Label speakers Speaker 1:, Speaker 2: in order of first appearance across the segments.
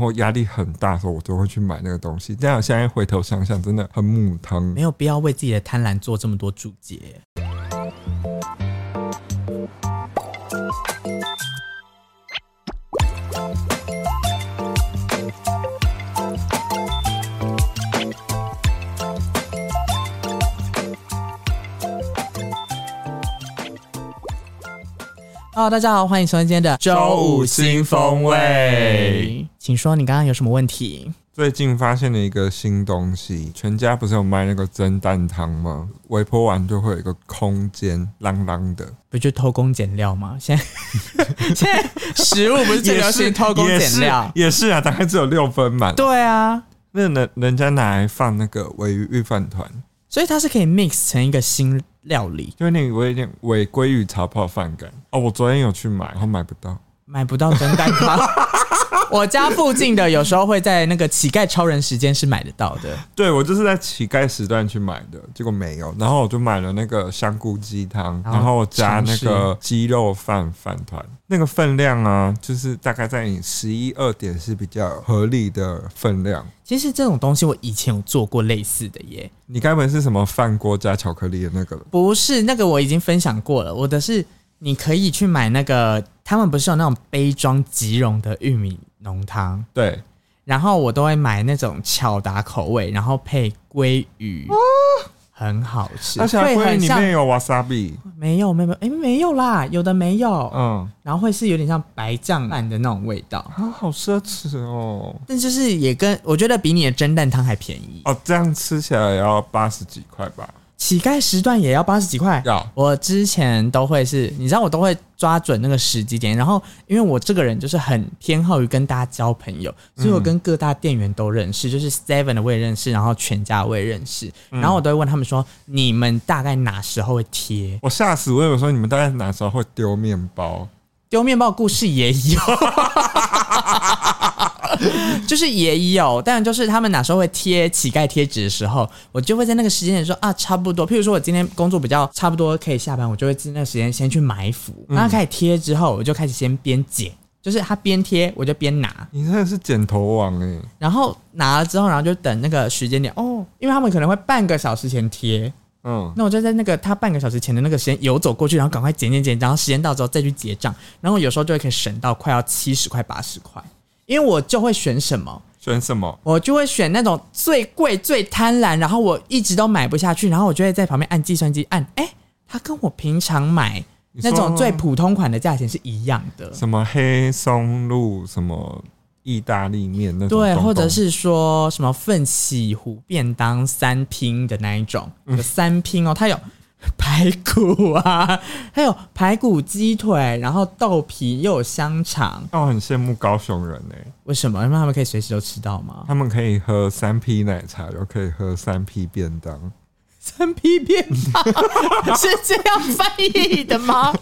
Speaker 1: 后压力很大的时候，我就会去买那个东西。但我现在回头想想，真的很母汤
Speaker 2: 没。有必要为自己的贪婪做这么多注解。Hello，大家好，欢迎收听今天的
Speaker 1: 周五新风味。
Speaker 2: 请说你刚刚有什么问题？
Speaker 1: 最近发现了一个新东西，全家不是有卖那个蒸蛋汤吗？微波完就会有一个空间，啷啷的，
Speaker 2: 不就偷工减料吗？现 在现在食物不是最流
Speaker 1: 也
Speaker 2: 行
Speaker 1: 是
Speaker 2: 偷工
Speaker 1: 也
Speaker 2: 减
Speaker 1: 是
Speaker 2: 料？
Speaker 1: 也是啊，大概只有六分满。
Speaker 2: 对啊，
Speaker 1: 那人人家拿来放那个鲔鱼玉饭团，
Speaker 2: 所以它是可以 mix 成一个新料理，
Speaker 1: 就那个有点鲔鲑鱼茶泡饭感。哦，我昨天有去买，然后买不到。
Speaker 2: 买不到蒸蛋 汤。我家附近的有时候会在那个乞丐超人时间是买得到的，
Speaker 1: 对，我就是在乞丐时段去买的，结果没有，然后我就买了那个香菇鸡汤，
Speaker 2: 然后
Speaker 1: 然后加
Speaker 2: 哦尝
Speaker 1: 那
Speaker 2: 试
Speaker 1: 个鸡肉饭饭团，那个分量啊，就是大概在你十一二点是比较合理的分量。
Speaker 2: 其实这种东西我以前有做过类似的耶，
Speaker 1: 你该不会是什么饭锅加巧克力的那个了？
Speaker 2: 不是那个我已经分享过了，我的是你可以去买那个，他们不是有那种杯装即溶的玉米浓汤，
Speaker 1: 对，
Speaker 2: 然后我都会买那种巧达口味，然后配鲑鱼，很好吃，
Speaker 1: 而且
Speaker 2: 会
Speaker 1: 会
Speaker 2: 很
Speaker 1: 里
Speaker 2: 像
Speaker 1: 面有 wasabi，
Speaker 2: 没有没有没有，哎、没有啦，有的没有，
Speaker 1: 嗯，
Speaker 2: 然后会是有点像白酱饭的那种味道，
Speaker 1: 啊，好奢侈哦。
Speaker 2: 但就是也跟我觉得比你的蒸蛋汤还便宜，
Speaker 1: 哦，这样吃起来也要八十几块吧？
Speaker 2: 乞丐时段也要八十几块。
Speaker 1: 要，
Speaker 2: 我之前都会是，你知道我都会抓准那个时机点，然后因为我这个人就是很偏好于跟大家交朋友，所以我跟各大店员都认识，就是 Seven 的我也认识，然后全家我也认识，然后我都会问他们说，你们大概哪时候会贴？
Speaker 1: 我吓死！我有时候你们大概哪时候会丢面包？
Speaker 2: 丢面包的故事也有， 就是也有，但就是他们哪时候会贴乞丐贴纸的时候，我就会在那个时间点说啊，差不多。譬如说我今天工作比较差不多可以下班，我就会在那个时间先去埋伏，然后开始贴之后，我就开始先边剪，就是他边贴我就边拿，
Speaker 1: 你真的是剪头王哎、
Speaker 2: 然后拿了之后，然后就等那个时间点哦，因为他们可能会半个小时前贴，
Speaker 1: 嗯，
Speaker 2: 那我就在那个他半个小时前的那个时间游走过去，然后赶快剪剪剪，然后时间到之后再去结账，然后有时候就会可以省到快要七十块八十块，因为我就会选什么，
Speaker 1: 选什么？
Speaker 2: 我就会选那种最贵最贪婪，然后我一直都买不下去，然后我就会在旁边按计算机按，哎、它跟我平常买
Speaker 1: 你
Speaker 2: 那
Speaker 1: 说
Speaker 2: 种最普通款的价钱是一样的，
Speaker 1: 什么黑松露什么意大利面那种
Speaker 2: 对，
Speaker 1: 东
Speaker 2: 或者
Speaker 1: 东
Speaker 2: 是说什么奋起湖便当三拼的那一种，有三拼哦，它有排骨啊，还有排骨鸡腿，然后豆皮又有香肠，
Speaker 1: 那我很羡慕高雄人哎、
Speaker 2: 为什么？因为他们可以随时都吃到吗？
Speaker 1: 他们可以喝三批奶茶，又可以喝三批便当。
Speaker 2: 三批便当 是这样翻译的吗？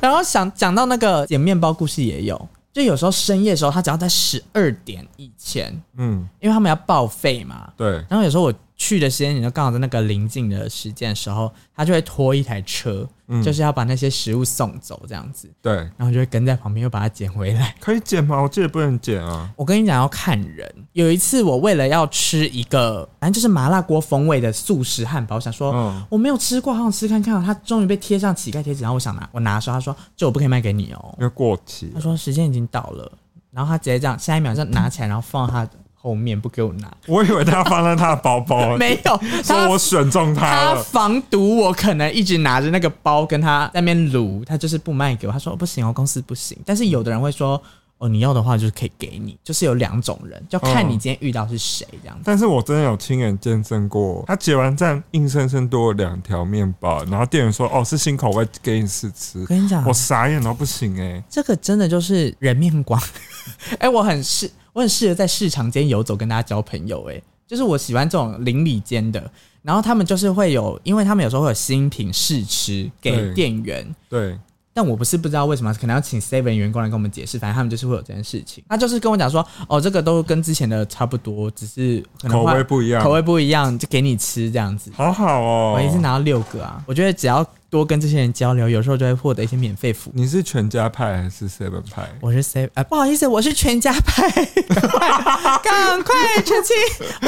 Speaker 2: 然后想讲到那个剪面包故事也有，就有时候深夜的时候，他只要在十二点以前，
Speaker 1: 嗯，
Speaker 2: 因为他们要报废嘛，
Speaker 1: 对，
Speaker 2: 然后有时候我去的时间点就刚好在那个临近的时间的时候，他就会拖一台车，
Speaker 1: 嗯
Speaker 2: 就是要把那些食物送走这样子，
Speaker 1: 对，
Speaker 2: 然后就会跟在旁边又把它捡回来。
Speaker 1: 可以剪吗？我记得不能剪啊。
Speaker 2: 我跟你讲要看人，有一次我为了要吃一个，反正就是麻辣锅风味的素食汉堡，我想说、
Speaker 1: 嗯
Speaker 2: 我没有吃过，好想吃看看哦。他终于被贴上乞丐贴纸，然后我想拿，我拿的时候他说这我不可以卖给你哦
Speaker 1: 因，为过 期
Speaker 2: 他，说时间已经到了，然后他直接这样下一秒就拿起来，然后放到他后面不给我拿，
Speaker 1: 我以为他放在他的包包，
Speaker 2: 没有，他
Speaker 1: 说哦我选中他
Speaker 2: 他
Speaker 1: 了。
Speaker 2: 防毒我可能一直拿着那个包跟他在那边撸，他就是不卖给我。他说、哦不行哦，公司不行。但是有的人会说哦，你要的话就是可以给你，就是有两种人，就看你今天遇到是谁这 样子。
Speaker 1: 但是我真的有亲眼见证过，他结完账硬生生多了两条面包，然后店员说：“哦，是新口味，给你试吃。”
Speaker 2: 我跟你讲
Speaker 1: 我傻眼到不行哎、
Speaker 2: 这个真的就是人面光。 哎、我很适，我很适合在市场间游走，跟大家交朋友、哎，就是我喜欢这种邻里间的。然后他们就是会有，因为他们有时候会有新品试吃给
Speaker 1: 对
Speaker 2: 店员，
Speaker 1: 对，
Speaker 2: 但我不是不知道为什么，可能要请 Seven 员工来跟我们解释。反正他们就是会有这件事情。他就是跟我讲说，哦，这个都跟之前的差不多，只是可能
Speaker 1: 口
Speaker 2: 换
Speaker 1: 味不一样，
Speaker 2: 口味不一样，就给你吃这样子。
Speaker 1: 好好哦。
Speaker 2: 我一次拿到六个啊！我觉得只要多跟这些人交流，有时候就会获得一些免费服务。
Speaker 1: 你是全家派还是 seven 派？
Speaker 2: 我是 seven，、呃、不好意思，我是全家派， 赶快赶快澄清，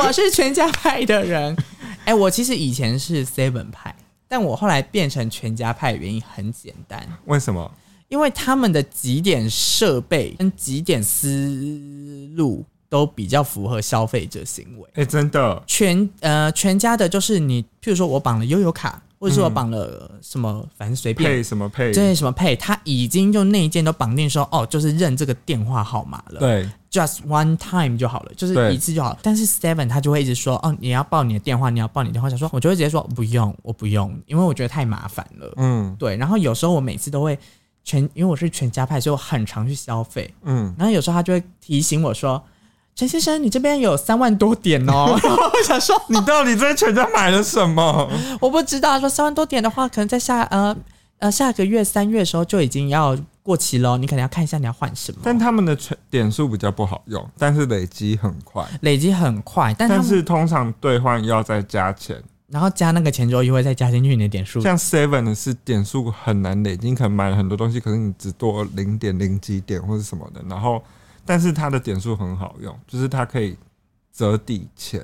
Speaker 2: 我是全家派的人。哎、我其实以前是 seven 派，但我后来变成全家派，原因很简单，
Speaker 1: 为什么？
Speaker 2: 因为他们的几点设备跟几点思路都比较符合消费者行为。
Speaker 1: 哎、真的，
Speaker 2: 全呃全家的就是你，譬如说我绑了悠游卡，或者说我绑了什么，反正随便
Speaker 1: 配什么配？
Speaker 2: 这些什么配，它已经用那一件都绑定说哦，就是认这个电话号码了
Speaker 1: 对，
Speaker 2: ，just one time 就好了，就是
Speaker 1: 对
Speaker 2: 一次就好了。但是 Seven 他就会一直说哦，你要报你的电话，你要报你的电话，想说我就会直接说不用，我不用，因为我觉得太麻烦了。
Speaker 1: 嗯
Speaker 2: 对，然后有时候我每次都会全，因为我是全家派，所以我很常去消费。
Speaker 1: 嗯，
Speaker 2: 然后有时候他就会提醒我说：“陈先生，你这边有三万多点 哦。”然后我想说
Speaker 1: 你到底在全家买了什 么？
Speaker 2: 我不知道，他说三万多点的话，可能在下呃呃下个月三月的时候就已经要过期了哦，你可能要看一下你要换什么。
Speaker 1: 但他们的全点数比较不好用，但是累积很快，
Speaker 2: 累积很快，但他
Speaker 1: 但
Speaker 2: 们
Speaker 1: 是通常兑换要再加钱。
Speaker 2: 然后加那个钱之后，又会再加进去你的点数。
Speaker 1: 像 Seven 的是点数很难累积，你可能买了很多东西，可是你只多零点零几点或者什么的，然后但是它的点数很好用，就是它可以折抵钱。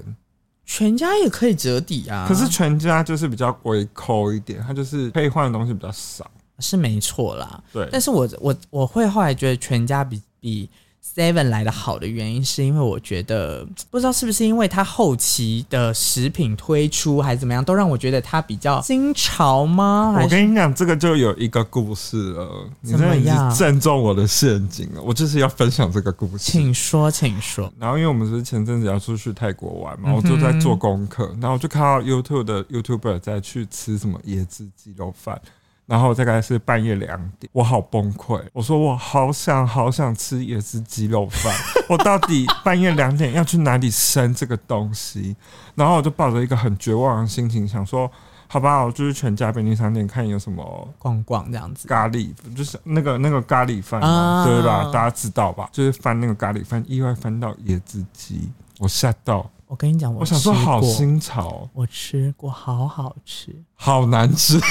Speaker 2: 全家也可以折抵啊，
Speaker 1: 可是全家就是比较微抠一点，它就是可以换的东西比较少。
Speaker 2: 是没错啦。
Speaker 1: 对，
Speaker 2: 但是我我我会后来觉得全家比比 Seven 来的好的原因，是因为我觉得不知道是不是因为它后期的食品推出还是怎么样，都让我觉得它比较新潮吗？还
Speaker 1: 我
Speaker 2: 是
Speaker 1: 跟你讲，这个就有一个故事了，你
Speaker 2: 怎
Speaker 1: 真
Speaker 2: 么
Speaker 1: 的
Speaker 2: 样
Speaker 1: 是正中我的陷阱了。我就是要分享这个故事。
Speaker 2: 请说，请说。
Speaker 1: 然后因为我们是前阵子要出去泰国玩嘛，
Speaker 2: 嗯哼
Speaker 1: 我就在做功课，然后我就看到 YouTube 的 YouTuber 在去吃什么椰汁鸡肉饭，然后大概是半夜两点，我好崩溃，我说我好想好想吃椰汁鸡肉 饭，我到底半夜两点要去哪里生这个东西？然后我就抱着一个很绝望的心情，想说好吧，我就是全家便利商店看有什么
Speaker 2: 逛逛这样子。
Speaker 1: 咖喱，就是那个那个咖喱饭嘛，
Speaker 2: 啊
Speaker 1: 对吧？大家知道吧？就是翻那个咖喱饭，意外翻到椰子鸡，我吓到，
Speaker 2: 我跟你讲，
Speaker 1: 我想说
Speaker 2: 吃
Speaker 1: 好
Speaker 2: 过，
Speaker 1: 新潮哦，
Speaker 2: 我吃过，好好吃。
Speaker 1: 好难吃，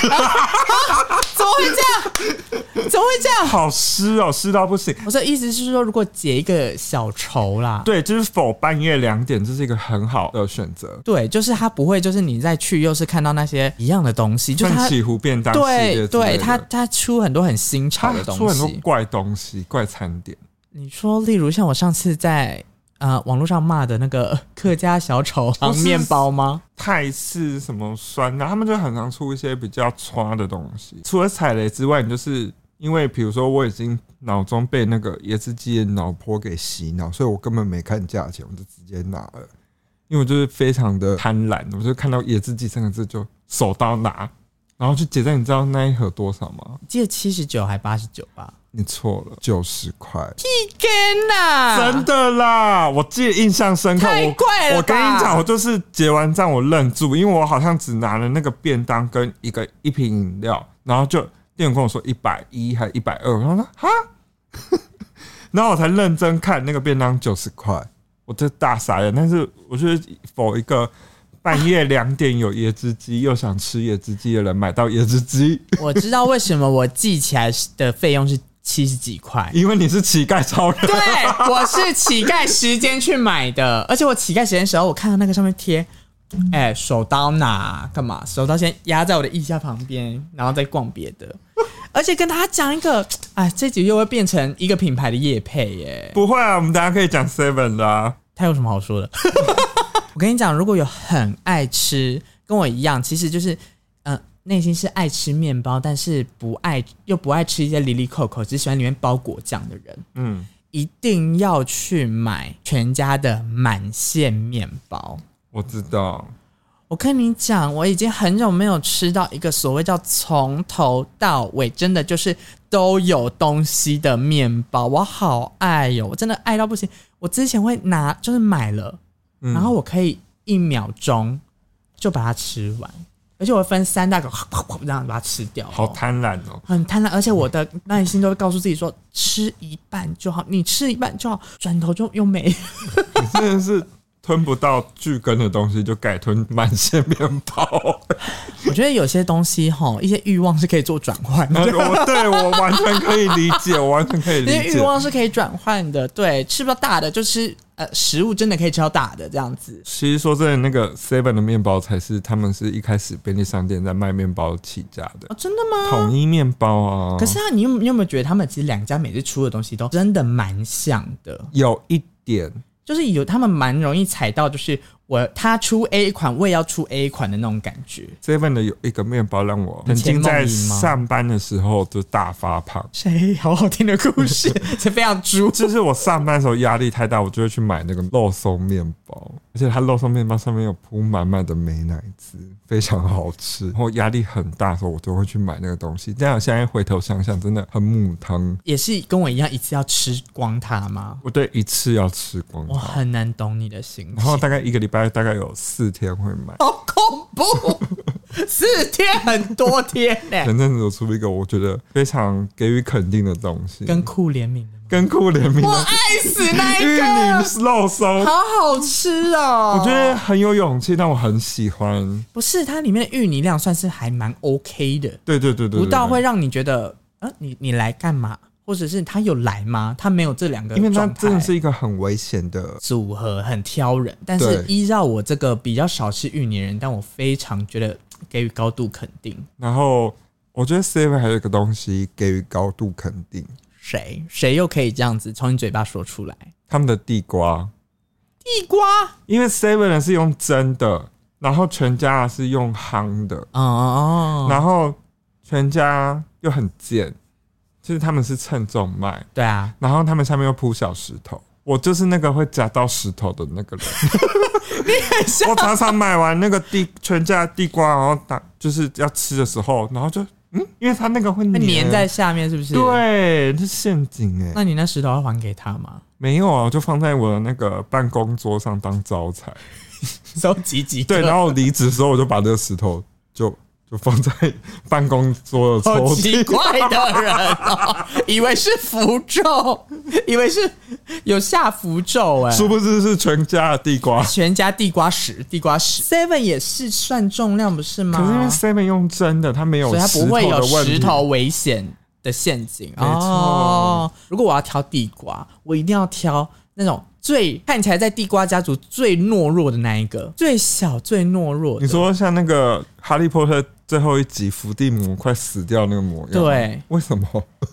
Speaker 2: 怎么会这样？怎么会这样？
Speaker 1: 好湿哦，湿到不行。
Speaker 2: 我的意思是说，如果解一个小仇啦，
Speaker 1: 对，就是否半夜两点，这是一个很好的选择。
Speaker 2: 对，就是他不会，就是你再去又是看到那些一样的东西，就是
Speaker 1: 奋
Speaker 2: 他
Speaker 1: 起湖便当系列
Speaker 2: 对
Speaker 1: 之类
Speaker 2: 对，
Speaker 1: 的
Speaker 2: 他他出很多很新潮
Speaker 1: 他
Speaker 2: 的东
Speaker 1: 出很多
Speaker 2: 西。
Speaker 1: 怪东西、怪餐点。
Speaker 2: 你说，例如像我上次在呃网络上骂的那个客家小丑
Speaker 1: 不
Speaker 2: 糖
Speaker 1: 是
Speaker 2: 面包吗？
Speaker 1: 泰式什么酸的，他们就很常出一些比较差的东西。除了踩雷之外，你就是因为比如说我已经脑中被那个椰子鸡的脑波给洗脑，所以我根本没看价钱，我就直接拿了。因为我就是非常的贪婪，我就看到椰子鸡三个字就手刀拿，然后去结账。你知道那一盒多少吗？
Speaker 2: 记得七十九还八十九吧？
Speaker 1: 你错了，九十块，
Speaker 2: 天哪，
Speaker 1: 真的啦！我记得印象深刻，
Speaker 2: 啊太
Speaker 1: 我
Speaker 2: 贵了吧！
Speaker 1: 我跟你讲，我就是结完账我愣住，因为我好像只拿了那个便当跟一个一瓶饮料，然后就店员跟我说一百一还一百二，然后我说哈， 然后我才认真看那个便当九十块，我这大傻眼。但是我就是否一个半夜两点有椰汁鸡又想吃椰汁鸡的人买到椰汁鸡，。
Speaker 2: 我知道为什么我记起来的费用是七十几块
Speaker 1: 因为你是乞丐超人，
Speaker 2: 对，我是乞丐时间去买的，而且我乞丐时间的时候，我看到那个上面贴，哎、手刀拿干嘛？手刀先压在我的腋下旁边，然后再逛别的。而且跟大家讲一个，哎，这集又会变成一个品牌的业配耶，
Speaker 1: 不会啊，我们等一下可以讲 seven 的、啊，
Speaker 2: 他有什么好说的？ 我跟你讲，如果有很爱吃，跟我一样，其实就是，嗯、内心是爱吃面包，但是不爱又不爱吃一些离离扣扣，只喜欢里面包果酱的人，
Speaker 1: 嗯，
Speaker 2: 一定要去买全家的满馅面包。
Speaker 1: 我知道，
Speaker 2: 我跟你讲，我已经很久没有吃到一个所谓叫从头到尾真的就是都有东西的面包，我好爱哟、我真的爱到不行。我之前会拿就是买了，
Speaker 1: 嗯
Speaker 2: 然后我可以一秒钟就把它吃完，而且我会分三大口，这样把它吃掉、
Speaker 1: 好贪婪哦。
Speaker 2: 很贪婪，而且我的内心都会告诉自己说，吃一半就好，你吃一半就好，转头就又没。
Speaker 1: 你真的是吞不到巨根的东西，就改吞满线面包。
Speaker 2: 我觉得有些东西哈，一些欲望是可以做转换 的，
Speaker 1: 我对我完全可以理解，我完全可以
Speaker 2: 那些
Speaker 1: 理
Speaker 2: 欲
Speaker 1: 解。
Speaker 2: 望是可以转换的。对，吃不到大的就吃呃食物，真的可以吃到大的这样子。
Speaker 1: 其实说真的，那个 Seven 的面包才是他们是一开始便利商店在卖面包起家的，
Speaker 2: 哦，真的吗？
Speaker 1: 统一面包啊。
Speaker 2: 可是啊，你有你有没有觉得他们其实两家每次出的东西都真的蛮像的？
Speaker 1: 有一点，
Speaker 2: 就是有他们蛮容易踩到，就是我他出 A 款，我也要出 A 款的那种感觉。
Speaker 1: Seven 的有一个面包让我曾
Speaker 2: 千
Speaker 1: 经
Speaker 2: 梦
Speaker 1: 在
Speaker 2: 萦吗
Speaker 1: 上班的时候就大发胖。
Speaker 2: 谁好好听的故 事，这非常猪。
Speaker 1: 就是我上班的时候压力太大，我就会去买那个肉松面包，而且它肉松面包上面有铺满满的美乃滋，非常好吃。然后压力很大的时候，我就会去买那个东西。但我现在回头想想，真的很母汤，
Speaker 2: 也是跟我一样一次要吃光它吗？
Speaker 1: 我对一次要吃光
Speaker 2: 我
Speaker 1: 它。
Speaker 2: 很难懂你的心情，
Speaker 1: 然后大概一个礼拜，大概有四天会买。
Speaker 2: 好恐 怖，四天很多天呢、
Speaker 1: 前阵子有出一个我觉得非常给予肯定的东西，
Speaker 2: 跟酷联名的吗？
Speaker 1: 跟酷联名
Speaker 2: 我
Speaker 1: 的
Speaker 2: 爱死那
Speaker 1: 芋
Speaker 2: 一
Speaker 1: 泥
Speaker 2: 个，
Speaker 1: 肉松，
Speaker 2: 好好吃哦！
Speaker 1: 我觉得很有勇气，但我很喜欢。
Speaker 2: 不是它里面的芋泥量算是还蛮 OK 的，
Speaker 1: 对对对对对
Speaker 2: 不到
Speaker 1: 对
Speaker 2: 会让你觉得，呃，你你来干嘛？或者是他有来吗？他没有这两个
Speaker 1: 因为它
Speaker 2: 状态，
Speaker 1: 真的是一个很危险的。
Speaker 2: 组合很挑人，但是
Speaker 1: 对
Speaker 2: 依照我这个比较少吃芋泥的人，但我非常觉得给予高度肯定。
Speaker 1: 然后我觉得 Seven 还有一个东西给予高度肯定，
Speaker 2: 谁谁又可以这样子从你嘴巴说出来？
Speaker 1: 他们的地瓜，
Speaker 2: 地瓜，
Speaker 1: 因为 Seven 的是用蒸的，然后全家的是用夯的，
Speaker 2: 哦，
Speaker 1: 然后全家又很贱，就是他们是称重卖，
Speaker 2: 对啊，
Speaker 1: 然后他们下面又铺小石头。我就是那个会夹到石头的那 个人。我常常买完那个地全家的地瓜，然后打就是要吃的时候，然后就嗯，因为它那个会
Speaker 2: 会粘
Speaker 1: 粘
Speaker 2: 在下面是不是？。
Speaker 1: 对，这是陷阱哎、
Speaker 2: 那你那石头要还给他吗？
Speaker 1: 没有啊，我就放在我的那个办公桌上当招 财。
Speaker 2: 收集几个
Speaker 1: 对，然后离职的时候，我就把这个石头就就放在办公桌的抽
Speaker 2: 好
Speaker 1: 屉。
Speaker 2: 奇怪的人哦，以为是符咒，以为是有下符咒哎、
Speaker 1: 殊不知是全家的地瓜，
Speaker 2: 全家地瓜石，地瓜石，Seven 也是算重量不是吗？
Speaker 1: 可是因为 Seven 用真的，它没有
Speaker 2: 所以它
Speaker 1: 石
Speaker 2: 不
Speaker 1: 头
Speaker 2: 会有
Speaker 1: 的问
Speaker 2: 石
Speaker 1: 题。
Speaker 2: 头危险的陷阱。
Speaker 1: 没错
Speaker 2: 哦，如果我要挑地瓜，我一定要挑那种最看起来在地瓜家族最懦弱的那一个，最小最懦弱的。
Speaker 1: 你说像那个《哈利波特》最后一集伏地魔快死掉那个模样，，
Speaker 2: 对，
Speaker 1: 为什么？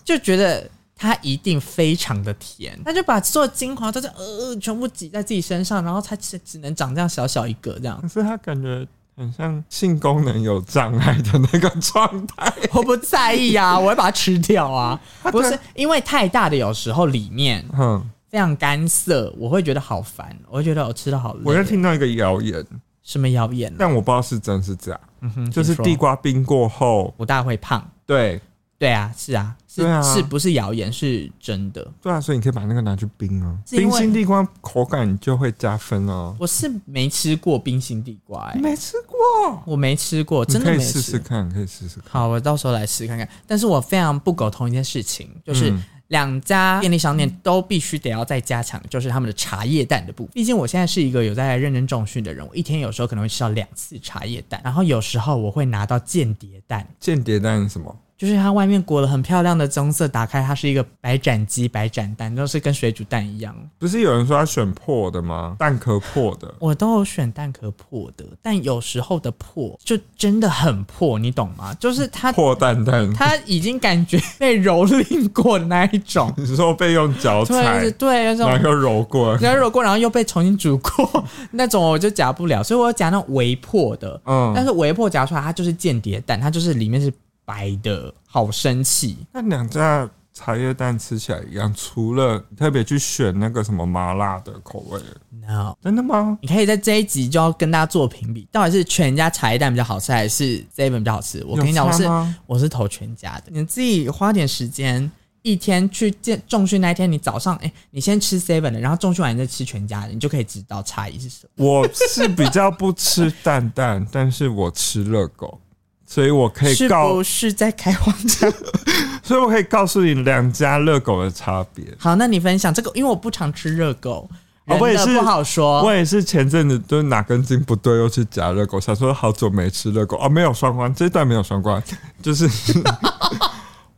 Speaker 2: 就觉得。它一定非常的甜，他就把所有精华都是呃全部挤在自己身上，然后它只只能长这样小小一个这样
Speaker 1: 可。是他感觉很像性功能有障碍的那个状态。
Speaker 2: 我不在意啊，我会把它吃掉 啊。不
Speaker 1: 对
Speaker 2: 是因为太大的，有时候里面
Speaker 1: 嗯，
Speaker 2: 非常干涩，我会觉得好烦，我会觉得我吃的好累。
Speaker 1: 我又听到一个谣言，
Speaker 2: 什么谣言呢、
Speaker 1: 但我不知道是真是假。
Speaker 2: 嗯哼，
Speaker 1: 就是
Speaker 2: 请说
Speaker 1: 地瓜冰过后，
Speaker 2: 不大会胖。
Speaker 1: 对
Speaker 2: 对啊，是啊，是、
Speaker 1: 对啊
Speaker 2: 是不是谣言是真的？
Speaker 1: 对啊，所以你可以把那个拿去冰啊，
Speaker 2: 是因为
Speaker 1: 冰心地瓜口感就会加分哦、
Speaker 2: 我是没吃过冰心地瓜、欸
Speaker 1: 你，没吃过，
Speaker 2: 我没吃过，真的
Speaker 1: 你可
Speaker 2: 没
Speaker 1: 以
Speaker 2: 吃
Speaker 1: 试试看，可以试试看。
Speaker 2: 好，我到时候来试看看。但是我非常不苟同一件事情，就是
Speaker 1: 嗯
Speaker 2: 两家便利商店都必须得要再加强，就是他们的茶叶蛋的部分。毕竟我现在是一个有在认真重训的人，我一天有时候可能会吃到两次茶叶蛋，然后有时候我会拿到间谍蛋。
Speaker 1: 间谍蛋是什么？
Speaker 2: 就是它外面裹了很漂亮的棕色，打开它是一个白斩鸡、白斩蛋，都是跟水煮蛋一样。
Speaker 1: 不是有人说要选破的吗？蛋壳破的，
Speaker 2: 我都有选蛋壳破的，但有时候的破就真的很破，你懂吗？就是它
Speaker 1: 破蛋蛋，，
Speaker 2: 它已经感觉被蹂躏过的那一种
Speaker 1: 你说被用脚踩
Speaker 2: 对，对，那
Speaker 1: 然
Speaker 2: 种
Speaker 1: 后又揉过，
Speaker 2: 然后揉过，然后又被重新煮过那种，我就夹不了，所以我夹那种微破的，但
Speaker 1: 嗯，
Speaker 2: 是微破夹出来它就是间谍蛋，它就是里面是白的，好生气。
Speaker 1: 那两家。茶叶蛋吃起来一样，除了特别去选那个什么麻辣的口味，
Speaker 2: No，
Speaker 1: 真的吗？
Speaker 2: 你可以在这一集就要跟大家做评比，到底是全家茶叶蛋比较好吃，还是 seven 比较好吃？我跟你讲，
Speaker 1: 有
Speaker 2: 我
Speaker 1: 差
Speaker 2: 是
Speaker 1: 吗
Speaker 2: 我是投全家的。你自己花点时间一天去见重训那一天，你早上哎、你先吃 seven 的，然后重训完你再吃全家的，你就可以知道差异是什么。
Speaker 1: 我是比较不吃蛋蛋，但是我吃热狗，所以我可以
Speaker 2: 是
Speaker 1: 告
Speaker 2: 不，是在开黄腔？
Speaker 1: 所以我可以告诉你两家热狗的差别。
Speaker 2: 好，那你分享这个，因为我不常吃热狗，
Speaker 1: 哦我也
Speaker 2: 人的
Speaker 1: 是
Speaker 2: 不好说。
Speaker 1: 我也是前阵子就是哪根筋不对，又去夹热狗，想说好久没吃热狗哦，没有双关，这一段没有双关，就是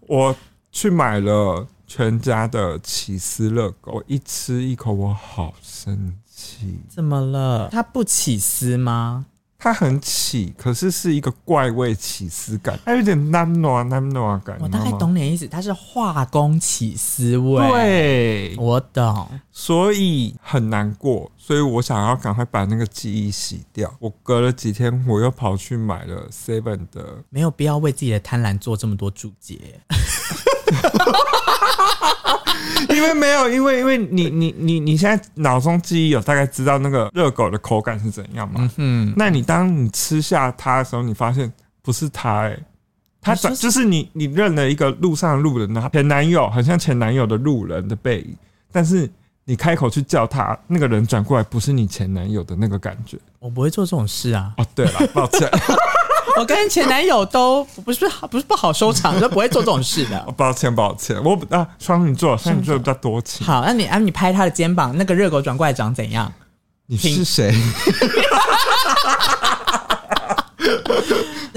Speaker 1: 我去买了全家的起司热狗，我一吃一口我好生气，
Speaker 2: 怎么了？它不起司吗？
Speaker 1: 它很起，可是是一个怪味起司感，它有点南糯南糯感，
Speaker 2: 我
Speaker 1: 你
Speaker 2: 大概
Speaker 1: 知道吗。
Speaker 2: 懂你的意思，它是化工起司味。，
Speaker 1: 对，
Speaker 2: 我懂。
Speaker 1: 所以很难过，所以我想要赶快把那个记忆洗掉。我隔了几天，我又跑去买了 Seven 的
Speaker 2: 没有必要为自己的贪婪做这么多注解。
Speaker 1: 因为没有，因为因为你你你你现在脑中记忆有大概知道那个热狗的口感是怎样嘛？
Speaker 2: 嗯，
Speaker 1: 那你当你吃下它的时候，你发现不是它、欸，它
Speaker 2: 啊
Speaker 1: 转
Speaker 2: 就是
Speaker 1: 就是你你认了一个路上的路人，然后前男友很像前男友的路人的背影，但是你开口去叫他，那个人转过来不是你前男友的那个感觉。。
Speaker 2: 我不会做这种事啊
Speaker 1: 哦，对了，抱歉，
Speaker 2: 我跟前男友都不是不是不好收场， 就不会做这种事的
Speaker 1: 哦。抱歉，抱歉，我啊双鱼座，双鱼座比较多情。
Speaker 2: 好，那你啊，你拍他的肩膀，那个热狗转过来长怎样？
Speaker 1: 你是谁？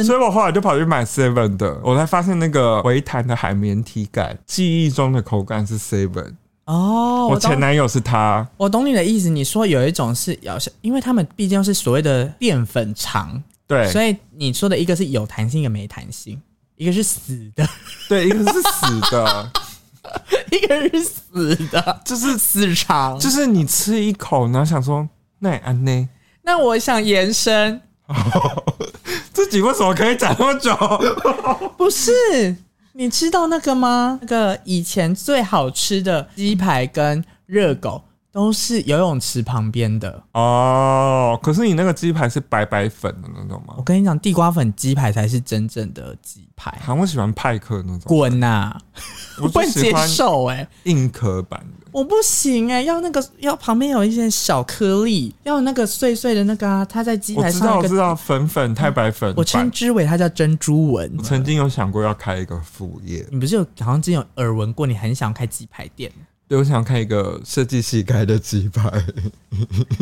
Speaker 1: 所以我后来就跑去买 Seven 的，我才发现那个回弹的海绵体感，记忆中的口感是 Seven。
Speaker 2: 哦，
Speaker 1: 我
Speaker 2: 我
Speaker 1: 前
Speaker 2: 懂，
Speaker 1: 男友是他，
Speaker 2: 我懂你的意思。你说有一种是要，因为他们毕竟是所谓的淀粉肠，
Speaker 1: 对
Speaker 2: 所以你说的一个是有弹性，一个没弹性，一个是死的，
Speaker 1: 对，一个是死的，
Speaker 2: 一个是死的，
Speaker 1: 就是
Speaker 2: 死肠。
Speaker 1: 就是你吃一口，然后想说那也安呢，
Speaker 2: 那我想延伸，
Speaker 1: 自己为什么可以讲那么久？
Speaker 2: 不是，你知道那个吗？那个以前最好吃的鸡排跟热狗都是游泳池旁边的。
Speaker 1: 哦，可是你那个鸡排是白白粉的那种吗
Speaker 2: 我？跟你讲，地瓜粉鸡排才是真正的鸡排，
Speaker 1: 好，我喜欢派克那种，
Speaker 2: 滚呐、
Speaker 1: 我就
Speaker 2: 不能
Speaker 1: 喜
Speaker 2: 接
Speaker 1: 欢
Speaker 2: 受哎、
Speaker 1: 硬壳版的。
Speaker 2: 我不行哎、要那个要旁边有一些小颗粒，要有那个碎碎的那个啊，它在鸡
Speaker 1: 我
Speaker 2: 排
Speaker 1: 知道，
Speaker 2: 上
Speaker 1: 我
Speaker 2: 有一
Speaker 1: 知
Speaker 2: 个，嗯
Speaker 1: 道，粉粉太白粉版，
Speaker 2: 我称之为它叫珍珠纹
Speaker 1: 我。曾经有想过要开一个副业，
Speaker 2: 你不是有好像之前有耳闻过，你很想开鸡排店，
Speaker 1: 对我想开一个设计系开的鸡排，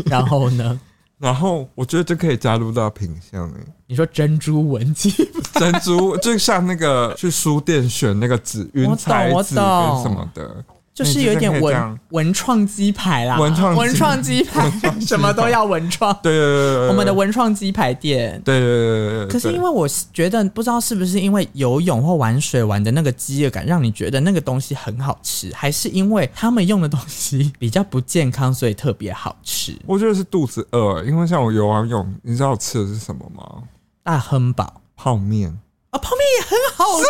Speaker 2: 然后呢？
Speaker 1: 然后我觉得就可以加入到品相诶、
Speaker 2: 你说珍珠纹鸡
Speaker 1: 珍珠 就像那个去书店选那个纸云彩
Speaker 2: 我懂
Speaker 1: 纸跟
Speaker 2: 我懂
Speaker 1: 什么的，
Speaker 2: 就是有一点文文创鸡排啦，
Speaker 1: 文创鸡
Speaker 2: 文创鸡排，什么都要文创。
Speaker 1: 对对对对对，
Speaker 2: 我们的文创鸡排店。
Speaker 1: 对对对对对对，
Speaker 2: 可是因
Speaker 1: 为
Speaker 2: 为我觉得不知道是不是因为游泳或玩水玩的那个饥饿感，让你觉得那个东西很好吃，还是因为他们用的东西比较不健康，所以特别好 吃？
Speaker 1: 我觉得是肚子饿、因为像我游完泳，你知道我吃的是什么吗？
Speaker 2: 大亨啊堡
Speaker 1: 泡面。
Speaker 2: 啊，泡面也很 好吃。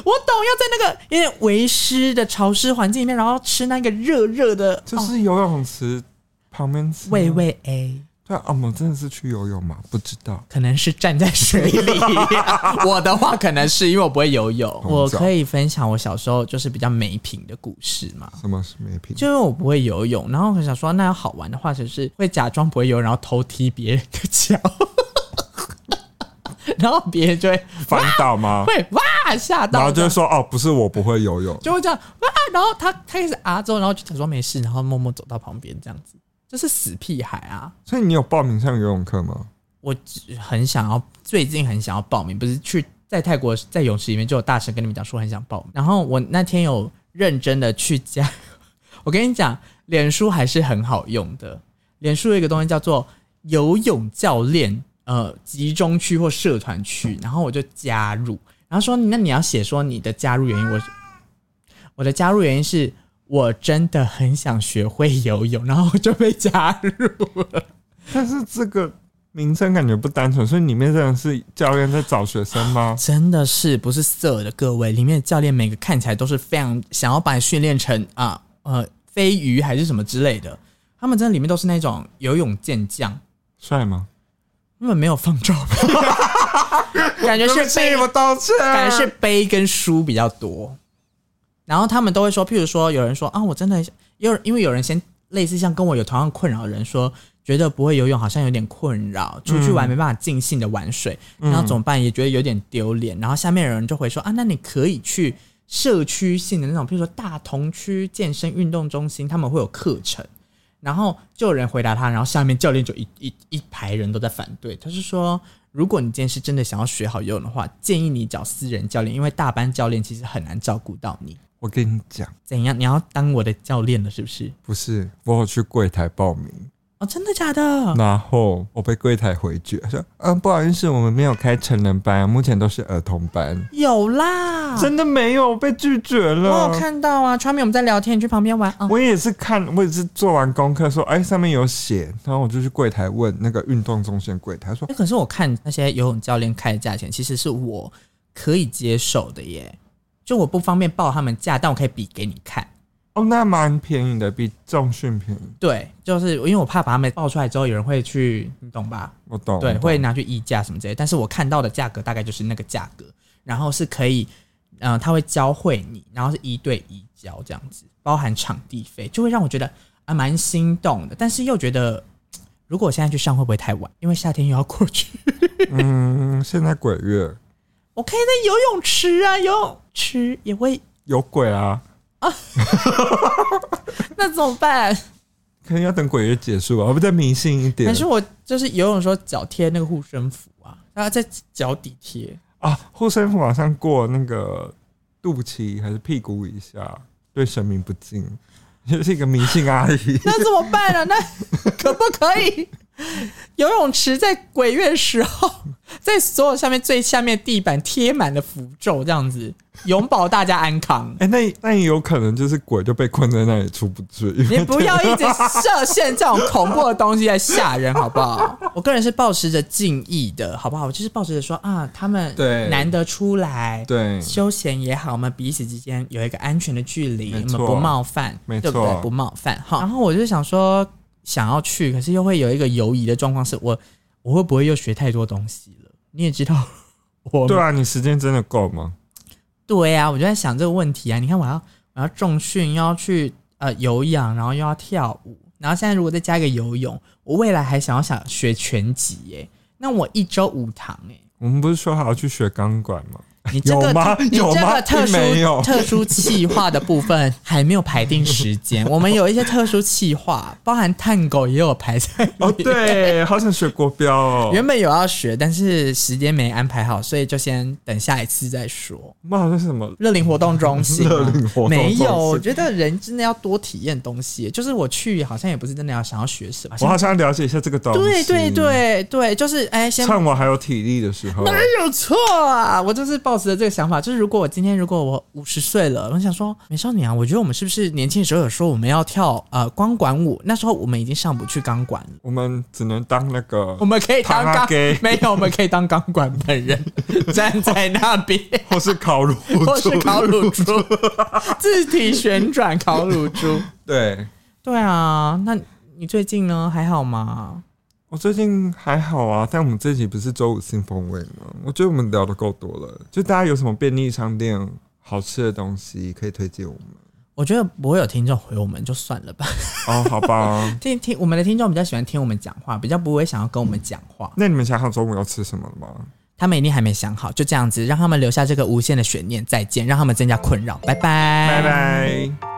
Speaker 2: 我懂，要在那个有点微湿的潮湿环境里面，然后吃那个热热的，
Speaker 1: 就
Speaker 2: 哦
Speaker 1: 是游泳池旁边吃啊
Speaker 2: 味味哎 A。
Speaker 1: 对啊，我们真的是去游泳吗？不知道。
Speaker 2: 可能是站在水里，啊 哦我的话可能是因为我不会游泳。
Speaker 1: 红枣
Speaker 2: 我可以分享我小时候就是比较没品的故事嘛，
Speaker 1: 什么是没品？
Speaker 2: 就因为我不会游泳，然后很想说，那要好玩的话，就是会假装不会游泳，然后偷踢别人的脚， 然后别人就会
Speaker 1: 翻倒 吗？
Speaker 2: 会哇吓到，
Speaker 1: 然后就会说哦，不是我不会游泳，
Speaker 2: 就会这样哇，然后他他开始啊之后，然后就假装没事，然后默默走到旁边这样子，就是死屁孩啊！
Speaker 1: 所以你有报名上游泳课吗？
Speaker 2: 我只很想要，最近很想要报名，不是去在泰国在泳池里面就有大声跟你们讲说很想报名，然后我那天有认真的去加， 我跟你讲，脸书还是很好用的，脸书有一个东西叫做游泳教练呃集中区或社团区，然后我就加入，然后说那你要写说你的加入原因，我我的加入原因是。我真的很想学会游泳，然后我就被加入了。？
Speaker 1: 但是这个名称感觉不单纯，所以里面真的是教练在找学生 吗
Speaker 2: 真的是不是色的，各位，里面的教练每个看起来都是非常想要把你训练成啊呃飞鱼还是什么之类的，他们真的里面都是那种游泳健将，
Speaker 1: 帅吗？
Speaker 2: 他们没有放照片，感觉是
Speaker 1: 对不
Speaker 2: 背
Speaker 1: 起，我道歉。
Speaker 2: 感觉是背跟书比较多，然后他们都会说，譬如说有人说啊，我真的有，因为有人先类似像跟我有同样困扰的人说，觉得不会游泳好像有点困扰，出去玩没办法尽兴的玩水，然后怎么办也觉得有点丢脸。然后下面有人就回说啊，那你可以去社区性的那种，譬如说大同区健身运动中心，他们会有课程。然后就有人回答他，然后下面教练就一一一排人都在反对，他是说，如果你今天是真的想要学好游泳的话，建议你找私人教练，因为大班教练其实很难照顾到你。
Speaker 1: 我跟你讲，
Speaker 2: 怎样？你要当我的教练了是不是？
Speaker 1: 不是，我有去柜台报名，
Speaker 2: 哦，真的假的？
Speaker 1: 然后我被柜台回绝，说嗯，不好意思，我们没有开成人班，目前都是儿童班。
Speaker 2: 有啦，
Speaker 1: 真的没有，我被拒绝
Speaker 2: 我
Speaker 1: 了
Speaker 2: 有。看到啊，川美我们在聊天，你去旁边玩啊。
Speaker 1: 我也是看，我也是做完功课说，哎，上面有写，然后我就去柜台问那个运动中心的柜台，他说
Speaker 2: 哎可是我看那些游泳教练开的价钱，其实是我可以接受的耶。就我不方便报他们价，但我可以比给你看。
Speaker 1: 哦，那蛮便宜的，比重训便宜。
Speaker 2: 对，就是因为我怕把他们报出来之后，有人会去，你懂吧？
Speaker 1: 我懂，
Speaker 2: 对，
Speaker 1: 我懂
Speaker 2: 会拿去议价什么之类的。但是我看到的价格大概就是那个价格，然后是可以，嗯、他会教会你，然后是一对一教这样子，包含场地费，就会让我觉得啊蛮心动的，但是又觉得。嘖如果我现在去上会不会太晚？因为夏天又要过去，
Speaker 1: 嗯，现在鬼月
Speaker 2: 我可以在游泳池啊，游泳池也会，
Speaker 1: 有鬼啊，
Speaker 2: 那怎么办？
Speaker 1: 可能要等鬼月结束啊，我们再迷信一点
Speaker 2: 还是我就是游泳的时候脚贴那个护身符啊，然后在脚底贴，。
Speaker 1: 啊。护身符好像过那个肚脐还是屁股以下，对神明不敬，也是一个迷信阿姨
Speaker 2: 那怎么办啊？那可不可以？游泳池在鬼月时候， 在所有下面最下面地板贴满了符咒，这样子永保大家安 康。
Speaker 1: 哎、那那也有可能就是鬼就被困在那里出不去，因
Speaker 2: 你
Speaker 1: 为
Speaker 2: 不要一直设限这种恐怖的东西来吓人，好不好？我个人是抱持着敬意的，好不好？我就是抱持着说啊，他们
Speaker 1: 对
Speaker 2: 难得出来，
Speaker 1: 对
Speaker 2: 休闲也好，我们彼此之间有一个安全的距离，我
Speaker 1: 没
Speaker 2: 们
Speaker 1: 错
Speaker 2: 不冒犯，
Speaker 1: 没
Speaker 2: 对不
Speaker 1: 错
Speaker 2: 对？不冒犯哈。然后我就想说，想要去，可是又会有一个犹疑的状况，是我我会不会又学太多东西了？你也知道我，
Speaker 1: 对啊，你时间真的够吗？
Speaker 2: 对啊，我就在想这个问题啊。你看，我要我要重训，又要去呃有氧，然后又要跳舞，然后现在如果再加一个游泳，我未来还想要想学拳击耶、那我一周五堂哎、
Speaker 1: 我们不是说好要去学钢管吗？
Speaker 2: 你这个
Speaker 1: 有吗
Speaker 2: 特你
Speaker 1: 有
Speaker 2: 这
Speaker 1: 吗
Speaker 2: 个特
Speaker 1: 并没有
Speaker 2: 殊特殊企划的部分还没有排定时 间，我们有一些特殊企划，包含探狗也有排在里
Speaker 1: 哦，对，好想学国标哦。
Speaker 2: 原本有要学，但是时间没安排好，所以就先等下一次再说。
Speaker 1: 我们好像是什么
Speaker 2: 热林活动中心吗、
Speaker 1: 热龄活动中心
Speaker 2: 没有，我觉得人真的要多体验东西。就是我去，好像也不是真的要想要学什么。
Speaker 1: 我好想了解一下这个东西。
Speaker 2: 对对，对对，就是哎、先
Speaker 1: 趁我还有体力的时候，
Speaker 2: 没有错啊！我就是抱持着这个想法，就是如果我今天如果我五十岁了，我想说美少女啊，我觉得我们是不是年轻的时候有说我们要跳呃钢管舞？那时候我们已经上不去钢管了，
Speaker 1: 我们只能当那个
Speaker 2: 我，们可以
Speaker 1: 塔
Speaker 2: 当
Speaker 1: 拉
Speaker 2: 钢
Speaker 1: 给
Speaker 2: 没有，我们可以当钢管本人站在那边，
Speaker 1: 或是烤乳猪，
Speaker 2: 或是烤乳猪，自体旋转烤乳猪。
Speaker 1: 对
Speaker 2: 对啊，那你最近呢？还好吗？
Speaker 1: 我最近还好啊，但我们这集不是周五新风味吗？我觉得我们聊的够多了，就大家有什么便利商店好吃的东西可以推荐我们？
Speaker 2: 我觉得不会有听众回我们就算了吧。
Speaker 1: 哦，好 吧，
Speaker 2: 听听我们的听众比较喜欢听我们讲话，比较不会想要跟我们讲话。
Speaker 1: 那你们想好中午要吃什么了吗？
Speaker 2: 他们一定还没想好，就这样子，让他们留下这个无限的悬念。再见，让他们增加困扰。拜拜，
Speaker 1: 拜拜。